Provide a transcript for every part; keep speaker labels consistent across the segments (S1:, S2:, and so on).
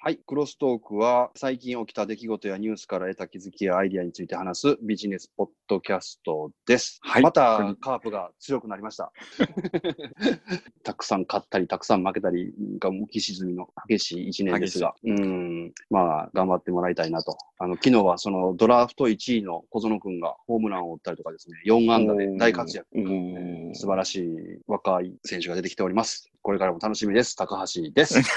S1: はい、クロストークは最近起きた出来事やニュースから得た気づきやアイディアについて話すビジネスポッドキャストです。
S2: はい
S1: ま
S2: こ
S1: た
S2: れ
S1: カープが強くなりました。 たくさん勝ったり、たくさん負けたりが浮き沈みの激しい一年ですが、うん、まあ頑張ってもらいたいなと。あの昨日はそのドラフト1位の小園君がホームランを打ったりとかですね、4安打で大活躍。
S2: お
S1: え
S2: ー
S1: ー素晴らしい若い選手が出てきております。これからも楽しみです。高橋です。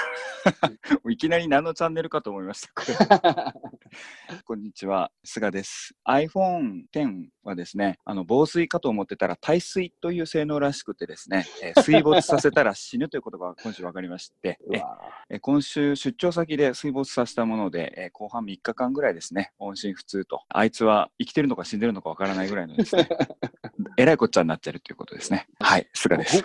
S2: いきなり何のチャンネルかと思いました。これ こんにちは、菅です。iPhone X はですね、あの防水かと思ってたら耐水という性能らしくてですね、えー水没させたら死ぬということが今週分かりまして、
S1: う
S2: え
S1: わ
S2: えー今週出張先で水没させたもので、えー後半3日間ぐらいですね、音信不通と、あいつは生きてるのか死んでるのかわからないぐらいの ですね、えらいこっちゃになってるということですね。はい、菅です。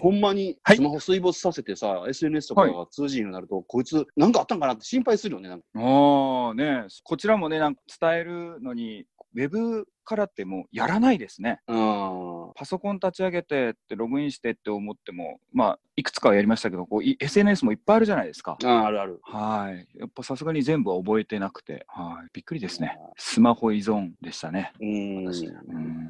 S1: ほんまに
S2: はい
S1: スマホ水没させてさ、SNS とかが通じるようになると、こいつ、なんかあったんかなって心配するよね。なんか
S2: ああねこちらもねなんか伝えるのにウェブからってもうやらないですね
S1: うん
S2: パソコン立ち上げてってログインしてって思ってもまあいくつかはやりましたけどこうい SNS もいっぱいあるじゃないですか
S1: ああるある。
S2: はいやっぱさすがに全部は覚えてなくてはいびっくりですねスマホ依存でしたね
S1: うん
S2: うんっ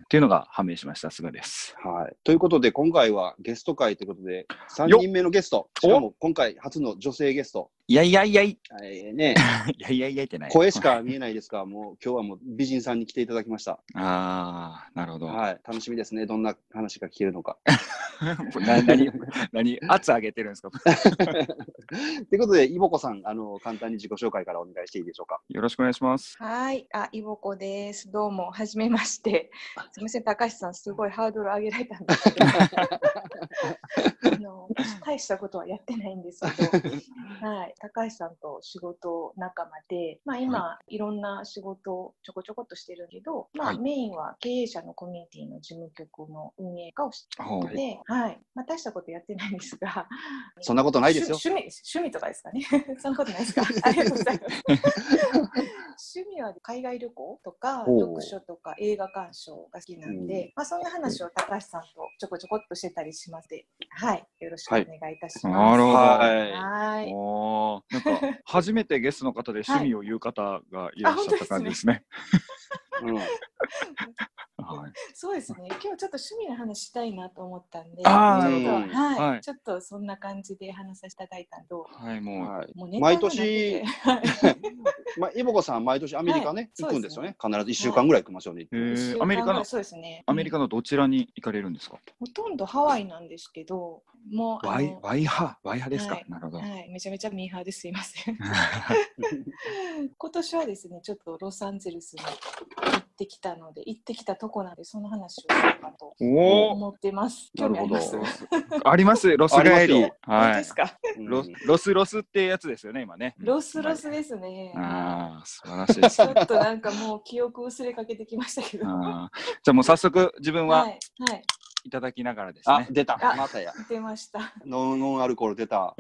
S2: ていうのが判明しました菅です
S1: はい、ということで、今回はゲスト会ということで、3
S2: よっ
S1: 人目のゲスト、しかも今回初の女性ゲスト、
S2: いやいやいやい
S1: えーね、
S2: いやいやいやいってない
S1: 声しか見えないですが、もう今日はもう美人さんに来ていただきました。
S2: ああなるほど、
S1: はい、楽しみですね、どんな話が聞けるのか。
S2: な何 何圧上げてるんですか
S1: ということで、いぼこさん、あの簡単に自己紹介からお願いしていいでしょうか。
S2: よろしくお願いします
S3: はい、あ、いぼこです。どうも、はじめまして。すみません、高橋さん、すごいハードル上げられたんですけど。 あの、私大したことはやってないんですけど。はい、高橋さんと仕事仲間で、まあ、今、い、ろんな仕事をちょこちょこっとしてるけど。まあ、
S2: はい
S3: メインは経営者のコミュニティの事務局の運営家をして
S2: はい
S3: て、はい、まあ、大したことやってないんですが。
S1: そんなことないですよ。
S3: 趣趣味趣味とかですかね。 そんなことないですか。 ありがとうございます。趣味は海外旅行とか
S1: ほう
S3: 読書とか映画鑑賞が好きなんで、
S1: う
S3: まあそんな話を高橋さんとちょこちょこっとしてたりしますで、はい、よろしくお
S1: はい
S3: 願いいたし
S2: な
S3: ます。
S2: るほど
S1: は
S3: はい。
S2: おーなんか初めてゲストの方で趣味を言う方がいらっしゃった感じですね。
S1: い。うん
S2: はい
S3: そうですね。今日ちょっと趣味の話したいなと思ったんで、
S2: あ
S1: ー
S3: ちょっと
S1: なるほど
S3: はい、
S2: はい
S3: ちょっとそんな感じで話させていただいたんと、
S2: はい、もう、
S1: はい
S3: もうネタがなくて
S1: まあ、イボコさん、毎年アメリカね、
S3: はい
S1: 行くんですよね。必ず1週
S3: は
S1: 間
S3: い
S1: ぐらい行きますよね。
S2: えー
S3: 一週間
S2: アメリカ
S3: ぐら
S2: の
S3: い、 そうですね。
S2: アメリカのどちらに行かれるんですか。
S3: ほとんどハワイなんですけど、もうあ
S2: ワイ
S3: の、
S2: ワイ派、ワイ派ですか。
S3: はい
S2: なるほど。
S3: はい、めちゃめちゃミーハーですいません。 今年はですね、ちょっとロサンゼルスに行ってきたので、行ってきたとこなんで、その話をしようかと
S2: おお、
S3: 思ってます。
S1: な
S3: 興
S1: る
S3: 味あ
S1: ほ
S3: り
S1: ど
S3: ます。
S2: あります。ロス帰り。
S3: 本当
S2: は
S3: で
S2: い
S3: す。か。
S1: うん
S2: ロロスロスってやつですよね、今ね。
S3: ロスロスですね。
S2: ああ、素晴らしいです
S3: ちょ
S2: ね。
S3: っとなんかもう記憶薄れかけてきましたけど。は
S2: あーじゃあもう早速自分
S3: い、
S2: は
S3: はい、
S2: いただきながらです
S1: あ
S2: ね、。
S1: 出た。
S3: あ
S1: またや。
S3: 出ました。
S1: ノンノンアルコール出た。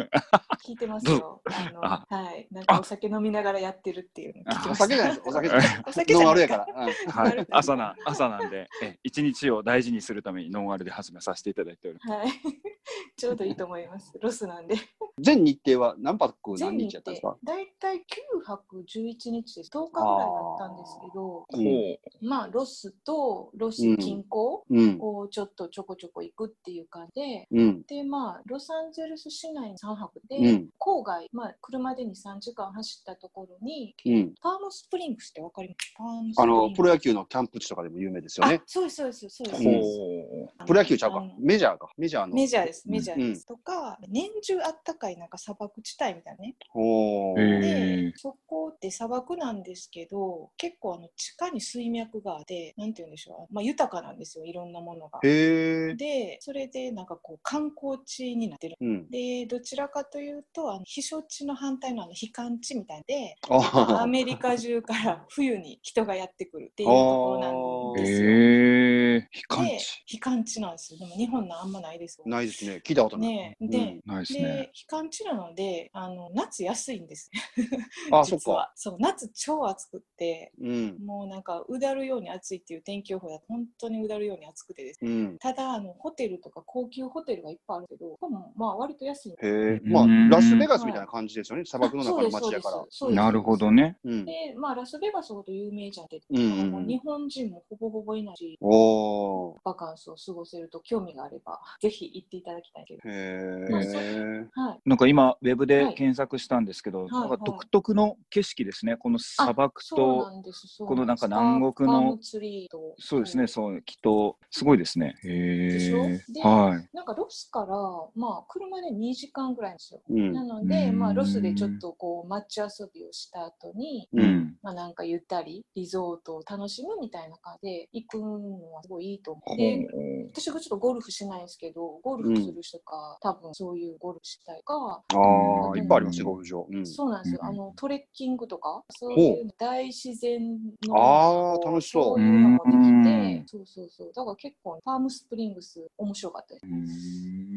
S3: 聞いてますよ。あの、
S2: あ
S3: はい、なんかお酒飲みながらやってるっていうの聞き
S1: お
S3: ました。
S1: 酒じゃないです。お酒じゃない
S2: は
S3: お酒じゃ
S1: ノン
S3: な
S1: ア
S3: い
S1: ル
S3: で
S1: や
S3: すか
S1: から。うん
S2: い、朝な朝なんでえ一日を大事にするためにノンアルで始めさせていただいております。
S3: はい、 ちょうどいいと思います。ロスなんで。
S1: 全日程は何泊何日
S3: 日
S1: やった
S3: 程
S1: んですか
S3: だいたい9泊11日です。10日ぐらいだったんですけど、
S1: うん
S3: まあロスとロス近郊
S1: うん。
S3: をちょっとちょこちょこ行くっていう感じで、
S1: うん。
S3: でまあロサンゼルス市内に3泊で、
S1: うん
S3: 郊外、まあ車でに3時間走ったところに、
S1: うん。
S3: パームスプリングスってわかりますパームスプ
S1: あ
S3: リング
S1: の、プロ野球のキャンプ地とかでも有名ですよね
S3: あ。そうですそうですそうです。
S1: うん
S2: ほう。
S1: プロ野球ちゃう
S3: あ
S1: か
S3: の。
S1: メジャーか。メジャーの。
S3: メジャーです、メジャー
S1: うん
S3: です。とか、年中あったかいなんか砂漠地帯みたいなね、
S1: おー
S2: へえ
S3: でそこって砂漠なんですけど結構あの地下に水脈があってなんて言うんでしょう、まあ、豊かなんですよいろんなものが。
S1: へえ。
S3: でそれでなんかこう観光地になってる。
S1: うん。
S3: でどちらかというとあの避暑地の反対のあの避寒地みたいで
S1: あ
S3: ア
S1: は
S3: メリカ中から冬に人がやってくるっていうところなんですよ。
S2: へええー、非感
S3: で
S2: 知。
S3: 非感知なんですよでも日本のあんまないですよ
S1: ないですね。聞いたことない。
S3: ねえで、
S1: うん
S2: ないですね
S3: で。非感知なのであの夏安いんですね
S1: あ、そっ
S3: 実は
S1: か。
S3: そう夏超暑くって
S1: うん。
S3: もうなんかうだるように暑いっていう天気予報だと本当にうだるように暑くてですね
S1: うん。
S3: ただあのホテルとか高級ホテルがいっぱいあるけどここもまあ割と安いんで
S1: へえ。
S2: うん
S1: まあ、ラスベガスみたいな感じですよね。砂漠の中の街だから。
S3: そうです
S2: なるほどね。
S1: うん。
S3: でまあラスベガスほど有名じゃんけど、
S1: うんうん
S3: もう日本人もほぼほぼいないし
S1: おー。
S3: バカンスを過ごせると興味があればぜひ行っていただきたいけど
S1: へ
S3: まあ
S1: え。
S3: はい
S2: なんか今、ウェブで
S3: はい
S2: 検索したんですけど、
S3: い
S2: なんか
S3: はい
S2: 独特の景色ですね、この砂漠
S3: そう
S2: と、
S3: なんですそう
S2: このなんか
S3: スター
S2: 南国の
S3: パームツリーと
S2: そうですね、そう、きっと、すごいですね。へ
S3: でしょ
S2: え。
S3: で
S2: はい。
S3: なんかロスからまあ車で2時間ぐらいなんですよ
S1: うん
S3: な。ので、
S2: うん
S3: まあ、ロスでちょっとこう街遊びをした後に、
S1: う。
S2: うんん。
S3: まあ、なんかゆったりリゾートを楽しむみたいな感じで行くのはすごいいいと思う。で
S2: ほ
S3: 私がちょっとゴルフしないんですけどゴルフする人か、多分そういうゴルフしたいか、
S1: あ
S3: う
S1: あ、
S3: ん
S1: いっぱいありますよ、ゴルフ場。うん。
S3: そうなんですよ、
S2: うん
S3: あのトレッキングとかそういう大自然の
S1: あー
S3: こ
S1: 楽しそう
S3: そういうのもできて、
S2: うん
S3: そうそうそうだから結構パームスプリングス面白かったです
S2: う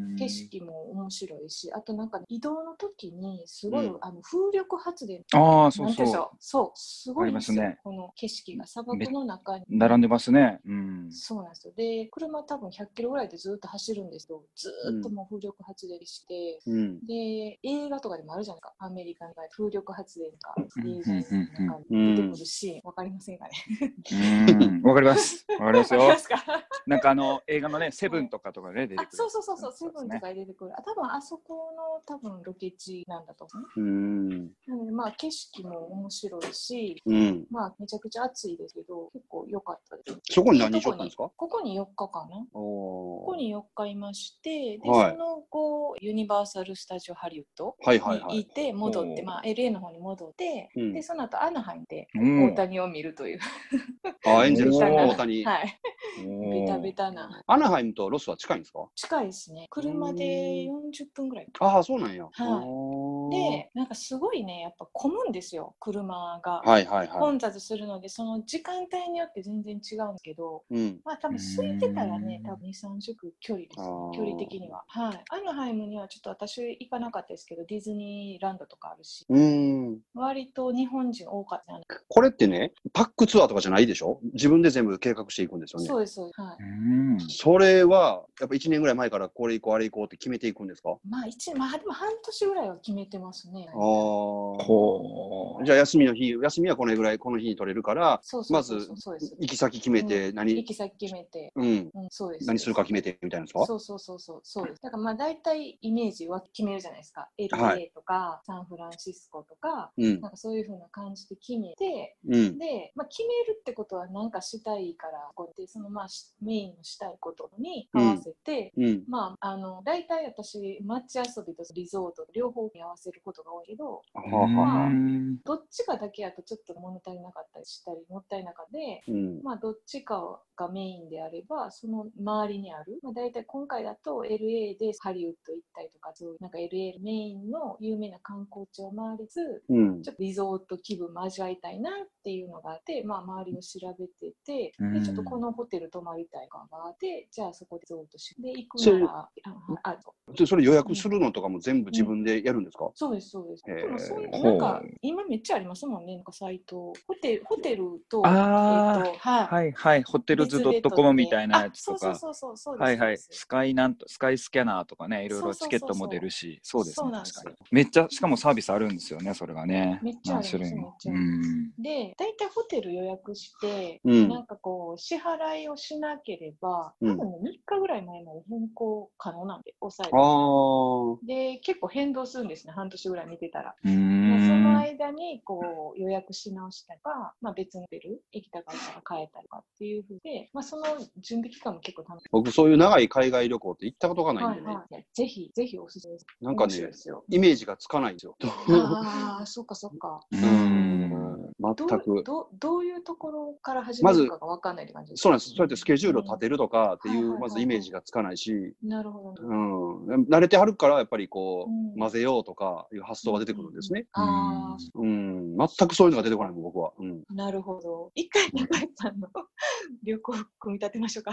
S2: うん
S3: 景色も面白いし、あとなんか移動の時にすごい、
S1: うん
S3: あの風力発電
S2: ああ、
S3: な
S2: そ
S3: ん
S2: う
S3: ていうんでし
S2: そ
S3: ょうそうすごいんですよ
S2: ありますね
S3: この景色が砂漠の中に
S2: う。並んでますね。うん。
S3: そうなんですよで車多分100キロぐらいでずっと走るんですけどずーっともう風力発電して、
S1: うん。
S3: で映画とかでもあるじゃないですかアメリカの場合風力発電が
S2: うん
S3: 映像の中
S1: う
S3: に
S1: ん
S3: 出てくるシーン、わかりませんかね
S2: うんわかり ます。わかります
S3: わかり
S2: よ
S3: ま。すか
S2: なんかあの、映画のね、セブンとかとかね、出てく
S3: あ
S2: る。
S3: そうそうそうそうセブンと
S2: ね
S3: かに出てくるあ多分あそこの多分ロケ地なんだと思
S1: うん。
S3: う、ね、なのでまあ景色も面白いし
S1: うん。
S3: まあめちゃくちゃ暑いですけど結構良かったです
S1: そこに何日おったんですか
S3: ここに4日かな
S1: おー
S3: ここに4日いまして、で、
S1: はい
S3: その後、ユニバーサル・スタジオ・ハリウッド
S1: はいはいは
S3: にい
S1: い。
S3: て、戻って、
S2: おー
S3: まあ、LA の方に戻って、
S1: うん
S3: で、その後、アナハインで
S2: うん
S3: 大谷を見るという、
S1: あ、エンゼルス
S3: ベタ
S1: の
S3: な
S1: 大谷。
S3: はい、
S2: おー
S3: ベタベタな。
S1: アナハイムとロスは近いんですか
S3: 近いですね。車で40分ぐらい。
S1: ああ、そうなんや。
S3: で、なんかすごいね、やっぱ混むんですよ、車が。
S1: はいはいはい。
S3: 混雑するので、その時間帯によって全然違うんですけど、
S1: うん。
S3: まあ多分空いてたらね、
S2: うん
S3: 多分2、30分距離です
S1: あー
S3: ね、距離的には。はい。アナハイムにはちょっと私行かなかったですけど、ディズニーランドとかあるし、
S1: うん。
S3: 割と日本人多かったな
S1: これってね、パックツアーとかじゃないでしょ自分で全部計画していくんですよね。
S3: そうです、そうです。はい。
S2: うん
S1: それは、やっぱ1年ぐらい前からこれ行こう、あれ行こうって決めていくんですか
S3: まあ一、まあでも半年ぐらいは決めてますね。
S1: ああ。
S2: ほう。
S1: じゃあ休みの日、休みはこのぐらい、この日に取れるから、
S3: そうそ
S1: ま
S3: う
S1: ず
S3: そうそう、そうです。
S1: 行き先決めて、
S3: 行
S1: 何、
S3: き先決めて、
S1: うん、
S3: うん、そうです。
S1: 何するか決め
S3: て。
S1: てみたいなんですか
S3: そうそうそうそうそうです。だからまあ大体イメージは決めるじゃないですか。
S1: は
S3: LA とか、サンフランシスコとか、
S1: うん
S3: な。んかそういう風な感じで決めて、
S1: うん。
S3: で、まあ、決めるってことは何かしたいからこうやってそのまあしメインのしたいことに合わせて、
S1: うん。
S3: まあ、あの大体私街遊びとリゾート両方に合わせることが多いけど
S1: はあはあ。
S2: うん
S3: どっちかだけやとちょっと物足りなかったりしたりもったいなかったで。
S1: うん。
S3: まあ、どっちかがメインであればその周りにある、まあ、大体今回だと LA でハリウッド行ったりとかそういうなんか LA メインの有名な観光地を回りつ
S1: うん
S3: ちょっとリゾート気分も味わいたいなっていうのがあって、まあ、周りを調べてて、
S2: うん
S3: でちょっとこのホテル泊まりたい感があってじゃあそこでリゾートしで行く
S1: そ
S3: な
S1: う
S3: らああそう
S1: でそれ予約するのとかも全部自分でやるんですか、
S3: そうですそうです
S1: へー
S3: でもそんな
S2: ほ
S3: な
S2: うん
S3: か今めっちゃありますもんねなんかサイトホテルホテルと
S2: あー
S3: えーとはい
S2: はいはい、ホテ
S3: ホ
S2: ルズ .com みたいなやつと
S3: そう
S2: か。
S3: そうそうそうそうです
S2: はいはい、
S3: そうです
S2: スカイなんとスカイスキャナーとかね、いろいろチケットも出るし、そうですね、
S3: そうなんです
S2: 確
S3: よ
S2: かに。めっちゃ、しかもサービスあるんですよね、それがね。
S3: めっちゃあります
S2: 何種類も。
S3: めっちゃありますで大体ホテル予約して、
S1: うん
S3: なんかこう支払いをしなければ多
S1: うん
S3: 分ね3日ぐらい前まで変更可能なんで抑えて
S1: あ
S3: で、結構変動するんですね、半年ぐらい見てたら。
S2: う
S3: まあそ
S2: ん。
S3: の
S2: うーん
S3: 間にこう予約し直したりとか、まあ、別のホテル、行きたかったら変えたりとかっていうふうで、まあ、その準備期間も結構楽し
S1: 僕そういう長い海外旅行って行ったことがないんでね、
S3: はいはい、ぜひ、ぜひおすすめです。
S1: なんか
S3: 面白い
S1: ね
S3: ですよ。
S1: イメージがつかないんですよ
S3: ああ、そっかそっか。
S2: う
S1: うん
S3: ど
S1: 全
S3: う
S1: く
S3: どどういうところから始めるかが分かんないって感じです
S1: そうなんですそうやってスケジュールを立てるとかってい
S3: はいはいは
S1: う
S3: い
S1: まずイメージがつかないし、
S3: なるほど。
S1: うん、慣れてはるからやっぱりこう、
S3: うん
S1: 混ぜようとかいう発想が出てくるんですね、
S3: ああ、ます。
S1: うん、全くそういうのが出てこないもん、僕は。うん。
S3: なるほど。一回高橋さんの旅行を組み立てましょうか。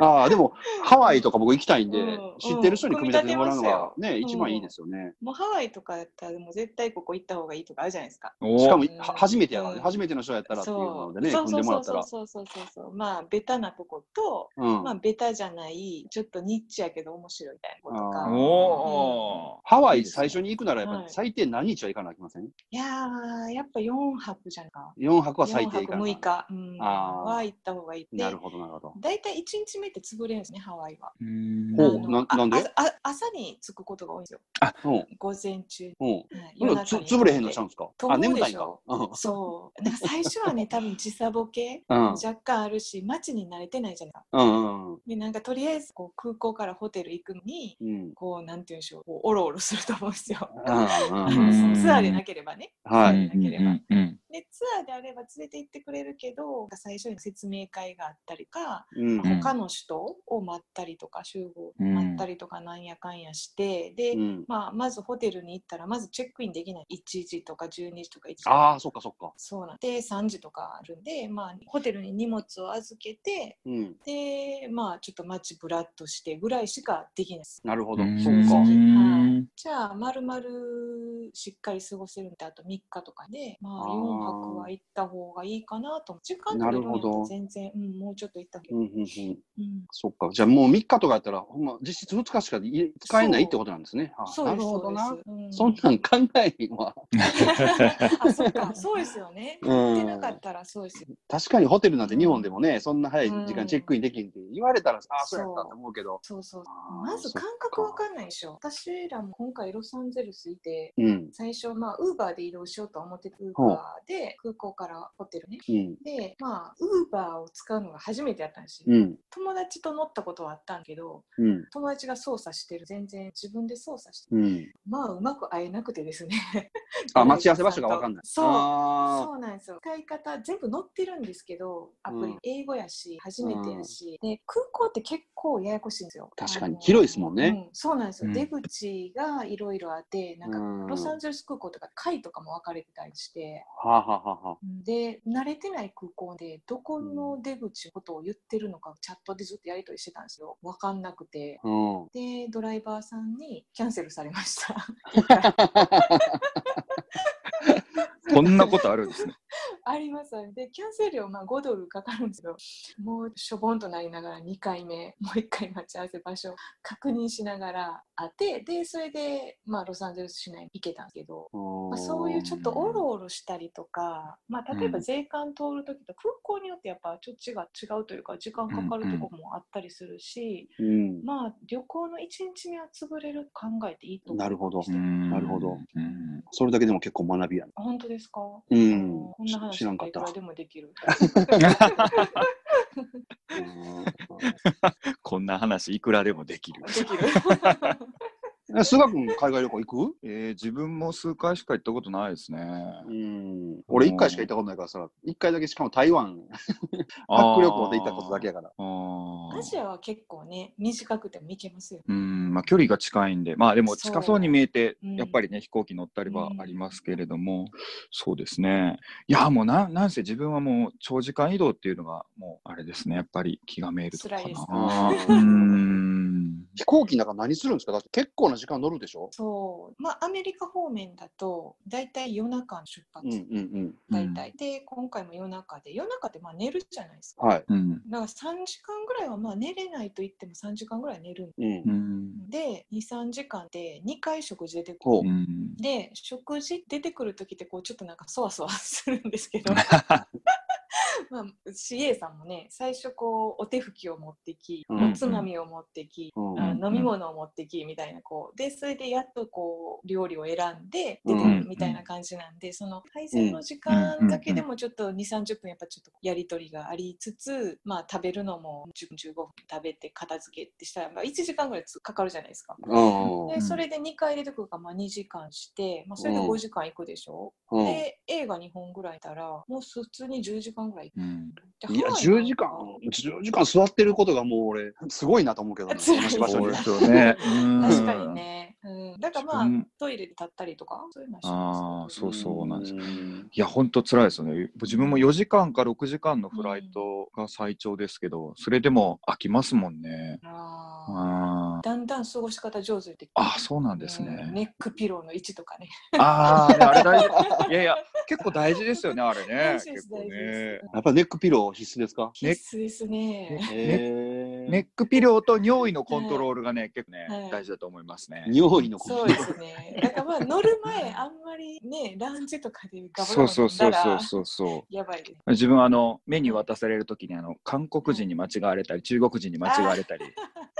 S1: ああ、でも、ハワイとか僕行きたいんで、
S3: うん
S1: 知ってる人に組み立ててもらうのが
S3: うん
S1: ね、
S3: 組み立てま
S1: 一
S3: すよ
S1: 番いいですよね。
S3: もうハワイとかだったらもう絶対ここ行った方がいいとかあるじゃないですか。
S2: お
S1: しか
S2: も
S1: も、
S3: うん
S1: は初めてやからね、
S3: うん
S1: 初めての人やったらっていう
S3: そ
S1: の
S3: う
S1: でね、
S3: そう
S1: 組んで
S3: そう
S1: もら
S3: そう
S1: った
S3: そう
S1: ら。
S3: そうそうそうそう。まあベタなとこと、
S1: うん
S3: まあベタじゃないちょっとニッチやけど面白いみたいなことと
S1: あ
S3: か。
S1: ー
S2: おー
S1: ハワ
S2: いい
S1: イ
S2: です
S1: 最
S2: ね
S1: 初に行くなら、やっぱ
S3: は
S1: り
S3: い
S1: 最低何日は行かなきゃいけません
S3: いやーやっぱ4泊じゃんか。
S1: ?4 泊は
S3: 4
S1: 最低行
S3: 泊
S1: かなきゃい
S3: 6
S1: けない。
S3: 日、うん、
S1: あー
S3: は行った方がいいって。
S1: なるほど、なるほど。
S3: 大体1日目って潰れるんですね、ハワイは。
S2: うーん
S1: ほう
S3: あの
S1: な
S3: あ
S1: なんで
S3: 朝あ朝に着くことが多いんですよ。
S1: うん。
S3: 午前中に。
S1: うん。
S3: はい
S1: ほなつ潰れへんのちゃうんですか
S3: と思
S1: あ、
S3: うでしょ
S1: 眠たいんか。うん
S3: そう。なんか最初はね、多分時差ボケ、
S1: うん。
S3: 若干あるし、街に慣れてないじゃないです
S1: う
S3: か。
S1: ん。うん
S3: で、なんかとりあえずこう空港からホテル行くのに、
S1: うん。
S3: こう、なんて言うんでしょう、こうおろおろすると思うんですよ。
S1: うん
S3: あ
S1: う。
S2: うん
S3: の ツアーでなければね。
S1: は
S2: う
S1: い。
S2: んうんうん
S3: で、ツアーであれば連れて行ってくれるけど、最初に説明会があったりか、
S1: うん。
S2: ん
S3: 他の人を待ったりとか、集合
S2: うん
S3: 待ったりとかなんやかんやして、 で、
S1: うん。
S3: まあ、まずホテルに行ったら、まずチェックインできない。1時とか12時とか1時とか。
S1: ああ、そっかそっか。
S3: そうなんで3時とかあるんで、まあ、ホテルに荷物を預けて
S1: うん。
S3: でまあちょっと街ぶらっとしてぐらいしかできないです。
S1: なるほ
S2: う
S1: ど。
S2: ん
S1: そっか
S3: う。
S2: は
S3: ん
S2: い
S3: じゃあまるまるしっかり過ごせるんであと3日とかで、ま
S1: あ
S3: あ、
S1: ー
S3: 4泊は行った方がいいかなと時間取れるんやった
S1: なるほ
S3: ら
S1: ど
S3: 全然、うん、もうちょっと行った
S1: う
S3: けど、
S1: んうんうん。
S3: うん、
S1: そっか。じゃあもう3日とかやったら、ほんま、実質2日しかい使えないってことなんですね。あ
S3: そう
S1: な
S3: で
S1: る
S3: す
S1: ほどな。そ
S3: そうん
S1: なん考えへんわ。
S3: あそっかそうですよね。
S1: う
S3: 行って
S1: ん
S3: なかったらそうですよ。
S1: 確かにホテルなんて日本でもね、そんな早い時間チェックインできんって言われたら、ああ、そうやったと思うけど。
S3: そうそう
S1: あー
S3: まず感覚わかんないでしょ。私らも今回ロサンゼルスいて
S1: うん。
S3: 最初、まあ、ウーバーで移動しようと思って、ウー
S1: ほう
S3: バーで空港からホテルね。
S1: うん。
S3: で、まあ、ウーバーを使うのが初めてやったんですよ。
S1: うん。
S3: 友達と乗ったことはあったんけど、
S1: うん。
S3: 友達が操作してる、全然自分で操作してる。
S1: うん。。
S3: まあ、うまく会えなくてですね
S1: あ、待ち合わせ場所がわかんない。
S3: そう。
S1: あ
S3: そうなんですよ使い方全部載ってるんですけどアプリ、
S1: うん
S3: 英語やし初めてやし、で空港って結構ややこしいんですよ
S1: 確かに
S3: あの
S1: 広いですもんね
S3: うんそうなんですよ、
S2: うん
S3: 出口がいろいろあってなんか
S1: うん
S3: ロサンゼルス空港とか階とかも分かれてたりして、
S1: あ。はあはあはあ。
S3: で、慣れてない空港で、どこの出口のことを言ってるのか、チャットでずっとやり取りしてたんですよ。わかんなくて。
S1: うん。
S3: で、ドライバーさんにキャンセルされました。
S2: こんなことあるんですね。
S3: あります。で、キャンセル料、まあ、5ドルかかるんですけど、もうしょぼんとなりながら2回目、もう1回待ち合わせ場所確認しながら会って、で、それで、まあ、ロサンゼルス市内に行けたんですけど、 まあ、そういうちょっとおろおろしたりとか、まあ、例えば
S2: うん
S3: 税関通るときと空港によってやっぱちょっと違う違うというか時間かかるとこもあったりするし、
S1: うん。
S3: まあ旅行の一日目は潰れる考えていいと思う
S1: なるほど。
S2: な
S1: るほど
S2: うん
S1: それだけでも結構学びやね。
S3: 本当ですか、
S1: うん
S3: あのこんな
S1: し
S3: 話
S1: 知らんかっ
S3: い
S1: た
S3: くらでも できる
S2: こんな話いくらでもできる。
S3: できる
S1: え、菅君、海外旅行行く
S2: えー、自分も数回しか行ったことないですね。
S1: うん。俺1回しか行ったことないからさ、1回だけしかも台湾、パック旅行で行ったことだけやから。
S2: あー。
S3: アジアは結構ね短くても行けますよ
S2: うんまあ、距離が近いんで、まあでも
S3: そう
S2: 近そうに見えて、
S3: うん
S2: やっぱりね、飛行機乗ったりはありますけれども、そうですね。いや、もうな、なんせ自分はもう長時間移動っていうのが、もうあれですね、やっぱり気がめいるとこか
S3: 辛いです
S2: な。
S1: ね
S2: うん
S1: 飛行機の中何するんですかだって結構な時間乗るでしょ
S3: そうまあアメリカ方面だとだいたい夜中の出発、
S1: うん。
S3: 大体、で今回も夜中で夜中ってまあ寝るじゃないですか
S1: はい。
S2: うん。
S3: だから3時間ぐらいはまあ寝れないと言っても3時間ぐらい寝るん
S1: うん
S2: う。ん。
S3: で23時間で2回食事出てく
S1: ほ
S3: る
S1: う
S2: うん。
S3: で食事出てくる時ってこうちょっとなんかそわそわするんですけど、 まあ、CA さんもね最初こうお手拭きを持ってき
S1: うん
S3: おつまみを持ってき、
S1: うん
S3: あ
S2: うん
S3: 飲み物を持ってきみたいなこうでそれでやっとこう料理を選んで
S1: う
S3: 出
S1: ん
S3: てくるみたいな感じなんで、その配膳の時間だけでもちょっと2 3 0分やっぱちょっとやり取りがありつつ、まあ、食べるのも10分15分食べて片付けってしたら、まあ、1時間ぐらいつかかるじゃないですか。
S1: うん
S3: でそれで2回出てくるからまあ2時間して、まあ、それで5時間行くでしょ、
S1: うん
S3: で映画2本ぐらいいたらもう普通に10時間ぐらい
S2: うん
S3: 行く
S1: い
S3: で
S1: や、
S3: ハワイなんか
S1: 10時間、10時間座ってることがもう俺、すごいなと思うけどな、
S3: 辛い
S1: 同じ場所
S2: そ う
S1: に
S2: で。すよね。
S3: 確かにね、うんうん、だからまあ、
S2: うん
S3: トイレで立ったりとか、そういうのはし
S2: あ
S3: ま
S2: あ
S3: す
S2: そうそうなんです
S1: す。
S2: いや、本当辛いですよね。自分も4時間か6時間のフライトが最長ですけど、それでも飽きますもんね。
S3: あー
S2: あー
S3: だんだん過ごし方上手にでき
S2: あ、そうなんです
S3: うん
S2: ね。
S3: ネックピローの位置とかね。
S2: ああ、あれ大 事。いやいや、結構大事ですよね、あれね。
S3: 大事で
S2: 結
S3: す、
S2: 構
S3: 大事
S2: ね
S3: で。す。
S1: やっぱネックピロー必須ですか
S2: ネッ
S3: 必須ですね。
S1: へ
S2: ネックピローと尿意のコントロールがね、結構ね、
S3: はい
S2: 大事だと思いますね。
S1: 尿意の
S3: そ
S1: コ
S3: う
S1: ント
S3: で
S1: ロール
S3: すね。だからまあ乗る 前、あんまりね、ラウンジとかでガブ
S2: そ
S3: ガ
S2: う
S3: ブ
S2: そ
S3: 飲
S2: うんそ
S3: だ
S2: うそ
S3: ら
S2: うそうそう。
S3: やばいです。
S2: 自分はあのメニュー渡されるときにあの韓国人に間違われたり中国人に間違われたり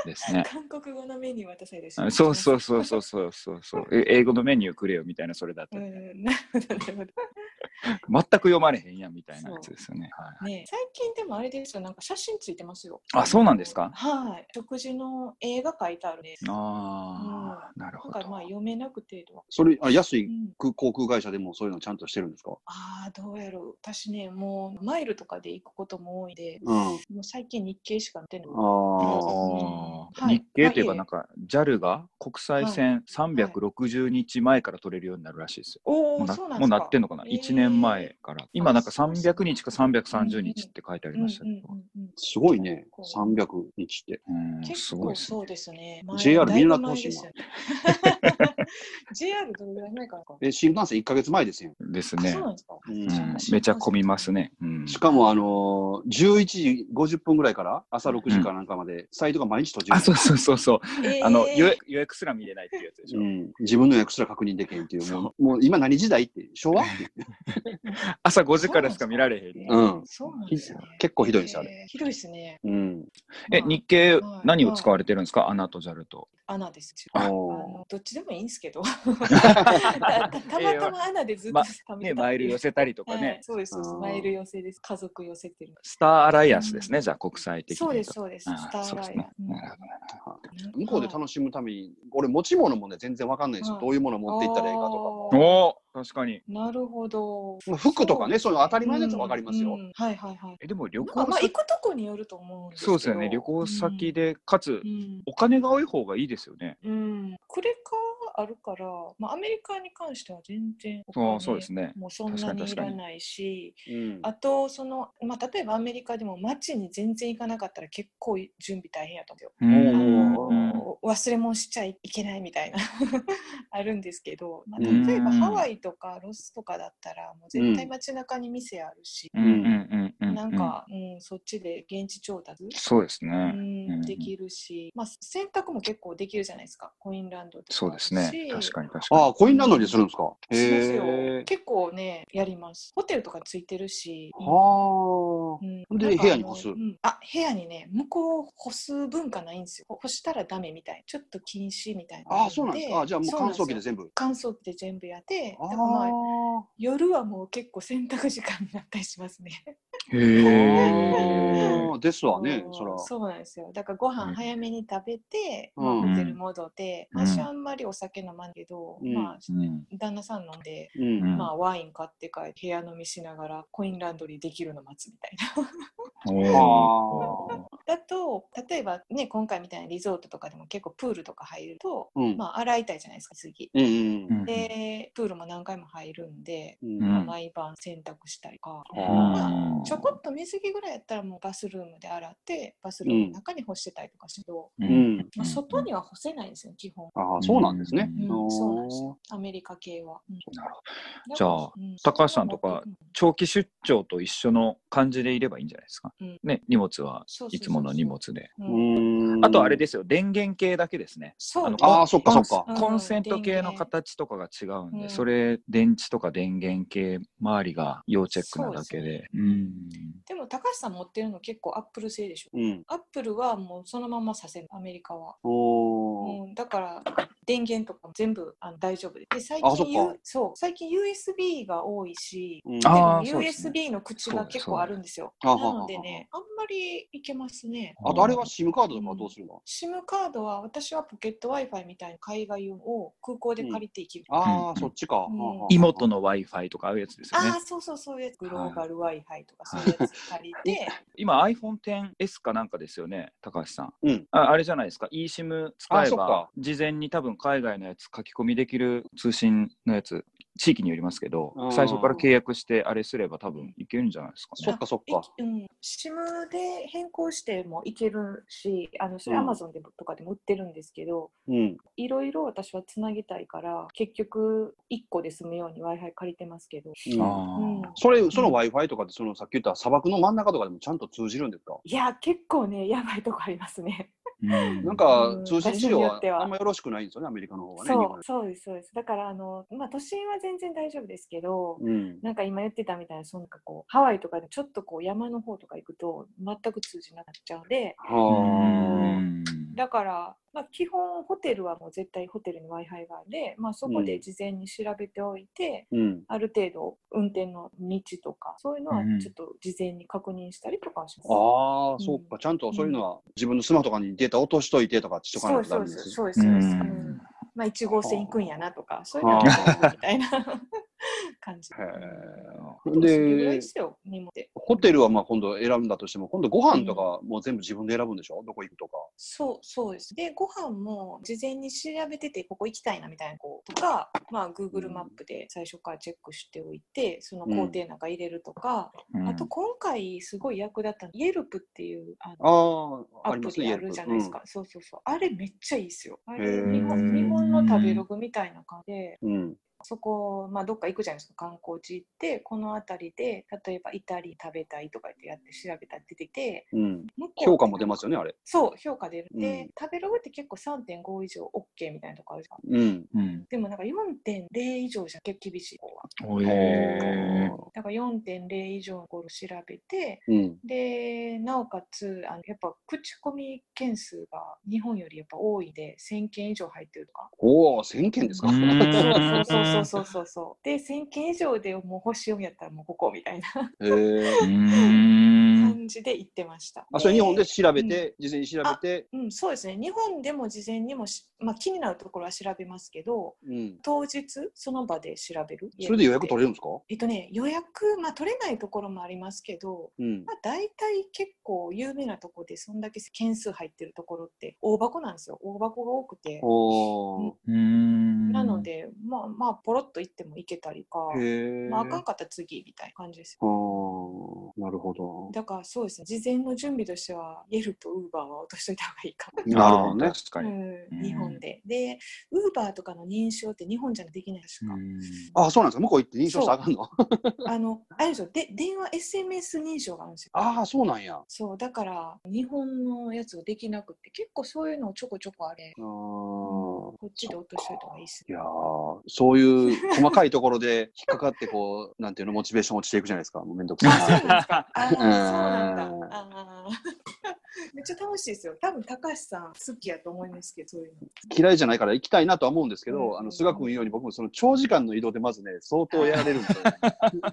S2: ですね。
S3: 韓国語のメニュー渡されるし
S2: あそうそうそうそうそうそうそう。え英語のメニューくれよみたいなそれだって、
S3: うん、なるほどなるほど
S2: 全く読まれへんやんみたいなやつですよね。はい
S3: ね、最近でもあれですよ、なんか写真ついてますよ。
S2: あそうなんですか
S3: はい。食事の映画書いてあるね。
S2: ああ、なる
S3: な
S2: ほ
S3: んかまあ
S2: ど。
S3: 読めなくてとか、
S1: それあ、安
S3: う
S1: い
S3: ん、
S1: 空航空会社でもそういうのちゃんとしてるんですか
S3: ああ、どうやろう。私ね、もうマイルとかで行くことも多いんで、
S1: うん。
S3: もう最近日経しか見てない。
S1: ああ。
S2: あ
S3: う
S2: あ
S3: んはい
S2: 日系という
S3: ま
S2: か
S3: あ
S2: なんか JAL が国際線360日前から取れるようになるらしいですよ。も
S3: お
S2: う
S3: お、
S2: な
S3: そうなん
S2: も
S3: で
S2: う
S3: すか。
S2: なってんのかな、
S3: へー
S2: ?1 年前から。今なんか
S3: そうそう
S2: 300日か330日って書いてありましたけど。
S3: うんうんうん
S1: すごいね
S3: こ。う
S1: 300日って。
S2: うん、
S3: 結
S2: すごい
S3: 構
S2: ですね。
S3: そうですね。
S1: JR
S3: だいぶ前
S1: 三浦通
S3: です
S1: 信
S3: よね JR どれぐらい前からか。
S1: え、新幹線1ヶ月前ですよ。
S2: です
S3: あ
S2: ね
S3: そう。なんですか。
S1: うん
S2: うんめちゃ混みます
S3: ね。
S2: ね。うん
S1: しかも、あのー、11時50分ぐらいから朝6時かなんかまで、サイトが毎日閉じる。
S2: あ、そうそうそうそう。 あの、予
S3: え
S2: 約予約すら見れないっていうやつでしょ
S1: う。ん、自分の役すら確認できへんっていう、
S2: そ
S1: もうもう今何時代って、昭和
S2: 朝5時からしか見られへん。
S1: うん。
S3: ーそうなんですね。
S1: 結構ひどいんですよ、あれ。
S3: えーひどいですね。
S1: うん。
S2: え、
S3: まあ
S2: 日経
S3: はい
S2: 何を使われてるんですかアナとジャルと。
S3: アナですよ。
S1: あ
S3: あ
S1: の
S3: のどっちでもいいんで すけど。たたたまたまアナでずっと
S2: ま
S3: ため
S2: ね、マイル寄せたりとか
S3: はい
S2: ね。
S3: そうですそうです。
S1: あー
S3: マイル寄せです。家族寄せてる。
S2: スターアライアンスですね。じゃあ国際的に。
S3: そうです。そうです。
S2: あー
S3: スター
S2: そうで
S3: ラ
S2: す
S3: イア
S2: ね
S3: ン。うん
S2: なるほどね
S1: 向こうで楽しむために、俺持ち物もね、全然わかんないんですよ。
S3: はい
S1: どういうもの持っていったらええかとかも。
S3: あー
S2: おお確かに。
S3: なるほど。
S1: まあ服とかね、そういうの当たり前のやつはわかります
S3: う
S1: よ
S3: ん。うんはいはいはい。
S2: え、でも旅
S3: まあ、
S2: 行
S3: まあ、行
S2: 先、
S3: くとこによると思うんですけど
S2: そうですよね。旅行先、で、かつ
S3: う、ん
S2: お金が多い方がいいですよね。
S3: うんうんクレカがあるから、まあ、アメリカに関しては全然お
S2: そ
S3: 金
S2: うそうですね。
S3: もうそん
S2: 確か
S3: な
S2: に
S3: にい
S2: 確かに
S3: らないし
S1: うん
S3: あとその、まあ、例えばアメリカでも街に全然行かなかったら結構準備大変やと思
S2: う
S3: うんですよ。あ
S2: ん
S1: お
S2: うん
S3: の忘れ物しちゃいけないみたいな あるんですけど、まあ、
S1: うん
S3: 例えばハワイとかロスとかだったらもう絶対街中に店あるし、
S2: うんうんうんうん。
S3: なんか、うん、そっちで現地調達、
S2: そうです
S3: う
S2: ね。
S3: ん、できるし、まあ、洗濯も結構できるじゃないですか、コインランドとか
S2: そうですね。確か
S3: に。
S2: に確
S1: あ
S2: か
S1: あ、コインランドリーするんですか。
S3: しますよ
S1: へえ。
S3: 結構ね、やります。ホテルとかついてるし。
S1: はあ。
S3: うん
S1: で
S3: なんか
S1: 部屋に
S3: あ
S1: 干
S3: の
S1: す
S3: うんあ、部屋にね、向こう干す文化ないんですよ。干したらダメみたい。ちょっと禁止みたいなの
S1: ああ、そうなんですか。あじゃあもう乾燥機で
S3: そうなんすよ
S1: 全部。
S3: 乾燥機で全部やって、
S1: あ
S3: だからまあ
S1: あ。
S3: 夜はもう結構洗濯時間になったりしますね。
S2: に。へえ。
S1: ああですわ ね、そら。
S3: そうなんですよだからご飯早めに食べて、
S1: うん
S3: まあ
S1: うん
S3: ホテル戻って、
S2: うん
S3: 私あんまりお酒飲まんけど、
S1: うん
S3: まあ
S2: うん
S3: 旦那さん飲んで、
S1: う
S2: うん
S1: ん。
S3: まあ、ワイン買って帰って部屋飲みしながらコインランドリーできるの待つみたいな。
S2: おー
S3: だと例えばね今回みたいなリゾートとかでも結構プールとか入ると、
S1: うん。
S3: まあ洗いたいじゃないですか次。
S1: うんうん
S2: うん
S3: でプールも何回も入るんで、
S1: うん。
S2: うん
S3: まあ毎晩洗濯したりとか。
S1: あー
S3: まあ、ちょこっと水着ぐらいやったらもうバスルームで洗ってバスルームの中に干してたりとかしてど、
S2: う
S1: うんん。
S3: まあ、外には干せないんですよ、基本。
S1: ああ、そうなんですね。
S2: う
S3: うんん、そうなんですよ。アメリカ系は。うん
S2: なるほど
S3: だ
S2: じ
S3: か
S2: ゃ
S3: ら
S2: あ
S3: うん
S2: 高橋さんとか
S3: うん
S2: 長期出張と一緒の感じでいればいいんじゃないですか。
S3: うん
S2: ね、荷物は
S3: そうそうそうそう
S2: いつもの荷物で。
S3: う
S1: うんーん
S2: あとあれですよ、電源系だけですね。
S3: そう
S2: あの
S1: ああ、そっかそっか。
S3: うん
S2: コンセント系の
S3: 電源
S2: 形とかが違うんで、
S3: うん
S2: それ電池とか電源系周りが要チェックなだけで。
S3: そうですね
S2: うん
S3: でも高橋さん持ってるの結構アップル製でしょ。
S1: うん。
S3: アップルはもうそのままさせる、アメリカは。
S1: おお。
S3: うん、だから電源とかも全部あの大丈夫です。で最
S1: あそっ
S3: 近
S1: か
S3: U そう最近 USB が多いし、
S1: うん
S3: で
S2: あ
S3: も
S2: ーそうですね
S3: USB の口が結構あるんですよ。
S1: あは
S3: な
S1: はは
S3: のでね、あんまりいけますね。
S1: あとあれは SIM カードとかはどうするの
S3: SIM カードは私はポケット Wi-Fi みたいな海外用を空港で借りていきます。
S1: あ
S2: うん
S1: あ、そっちか
S3: うん。
S2: 妹の Wi-Fi とかああいうやつですよ
S3: あ
S2: ね
S3: あ、。そうそう、そういうやつ。グローバル Wi-Fi とかそういうやつ借りて、
S2: 今 iPhone10S かなんかですよね、高橋さん。
S1: うん
S2: ああれじゃないですか、eSIM 使
S1: あ
S2: え
S1: そっ
S2: ば
S1: か
S2: 事前に多分海外のやつ書き込みできる通信のやつ地域によりますけど
S1: うん
S2: 最初から契約してあれすれば多分いけるんじゃないですか
S1: そ
S2: ね。
S1: っかそっか。
S3: いうん、SIM で変更してもいけるし、あのそれ
S1: う
S3: Amazon
S1: ん
S3: でもとかでも売ってるんですけど、
S1: うん。
S3: いろいろ私はつなぎたいから、結局1個で済むように Wi-Fi 借りてますけど、
S1: うん
S2: あー
S3: うん
S1: それ、その Wi-Fi とかって、そのさっき言った砂漠の真ん中とかでもちゃんと通じるんですか
S3: いや、結構ね、 やばいとこありますね。
S2: うん
S1: なんか
S3: うん
S1: 通信事情
S3: 場所によ
S1: は
S3: っては
S1: あんまよろしくないんですよね、アメリカの方はね。
S3: そ
S1: 日
S3: う
S1: 本、
S3: そうです、そうです。だから、あの、まあ、都心は全然大丈夫ですけど、
S1: うん。
S3: なんか今言ってたみたいな、そのなんかこう、ハワイとかでちょっとこう山の方とか行くと全く通じなくなっちゃうんで、
S1: は
S2: うん
S3: だから、まあ、基本ホテルはもう絶対ホテルに Wi-Fi があるんで、まあ、そこで事前に調べておいて、
S1: あ。うん。
S3: ある程度運転の道とか、そういうのは
S2: うん
S3: ちょっと事前に確認したりとかはします。
S1: ああ、
S3: うん
S1: そっか。ちゃんとそういうのは自分のスマホとかにデータ落としといてとかしとか
S3: そ
S1: な
S3: う
S1: くな
S3: そ
S1: る
S3: うん
S1: で
S3: そう
S1: す。
S3: そうです、
S2: う
S3: そうです。うん
S2: ん
S3: まあ、1号線行くんやなとか、そういうの
S1: あ
S3: は
S1: ー
S3: みたいな感じ。
S1: へ
S3: それぐらい
S1: え。
S3: で
S1: です
S3: よ、荷物。
S1: ホテルはまあ今度選んだとしても、今度ご飯とかもう全部自分で選ぶんでしょどこ行くとか。
S3: そうそうです。で、ご飯も事前に調べてて、ここ行きたいなみたいなこととか、まあ、Google マップで最初からチェックしておいて、その工程なんか入れるとか、あと今回すごい役立ったの、Yelp っていうあの
S1: ああ、あ
S3: ア
S1: り
S3: プ
S1: ますね、
S3: リあるじゃないです
S1: Yelp
S3: か。そうそうそう。あれめっちゃいいですよ。あれ
S1: へー
S3: 日本日本の食べログみたいな感じで、
S1: うん。うん。
S3: そこ、まあ、どっか行くじゃないですか、観光地行って、この辺りで、例えばイタリア食べたいとか言ってやって調べたら出てきて、
S1: うん。
S3: 向こう
S1: 評価も出ますよね、あれ。
S3: そう、評価出る。
S1: う
S3: で
S1: ん、
S3: 食べログって結構3.5以上 OK みたいなとこあるじゃん。
S1: うん。
S2: うん
S3: でもなんか4.0以上じゃ結構厳しい方は。
S2: おえ
S3: だから4.0以上の頃調べて、
S1: うん。
S3: で、なおかつ、あのやっぱ口コミ件数が日本よりやっぱ多いで、1000件以上入ってるとか。
S1: おお、1000件ですか。
S3: そうそうそうそうそうそう。で、1000件以上でもう星読みやったらもうここみたいな
S1: へえ。
S3: 感じで行ってました。
S1: あ、それ日本で調べて、事前に調べて、
S3: うん、そうですね。日本でも事前にもし、まあ、気になるところは調べますけど、
S1: うん。
S3: 当日その場で調べる
S1: それで予約取
S3: れ
S1: れるんですか
S3: えっとね予約、まあ、取れないところもありますけど、
S1: うん
S3: ま。あ、大体結構有名なとこでそんだけ件数入ってるところって大箱なんですよ大箱が多くて
S1: おお。
S3: なのでまあまあポロっと行っても行けたりか、
S1: へえ。
S3: まああかんかったら次みたいな感じです
S1: あーなるほど。
S3: だからそうですね事前の準備としてはイェルとウーバーは落としといた方がいいかも。
S1: なるほど
S2: あ
S1: ね
S2: ー。確か
S3: う
S2: に。
S3: ん、日本で。で、ウーバーとかの認証って日本じゃできないですか。
S1: あ、そうなんですか。向こう行って認証したらあかんの
S3: あの、あれでしょ、で電話 SMS 認証があるんですよ。
S1: ああ、そうなんや。あ
S3: そう、だから日本のやつができなくって、結構そういうのをちょこちょこあれ、
S1: ー
S3: こっちで落としといた方がいいっす
S1: い
S3: ね。
S1: やーそういう細かいところで引っかかって、こう、なん ていうの、モチベーション落ちていくじゃないですか。もうめんどく
S3: あ、そう
S1: さ
S3: ないんですか。 あー、そうなんだ
S1: うん。
S3: あー めっちゃ楽しいですよ。多分高橋さん好きやと思いますけど、そういうの。
S1: な。嫌いじゃないから行きたいなとは思うんですけ
S3: うん
S1: ど、あの、菅君言うように僕もその長時間の移動でまずね、相当やられるんで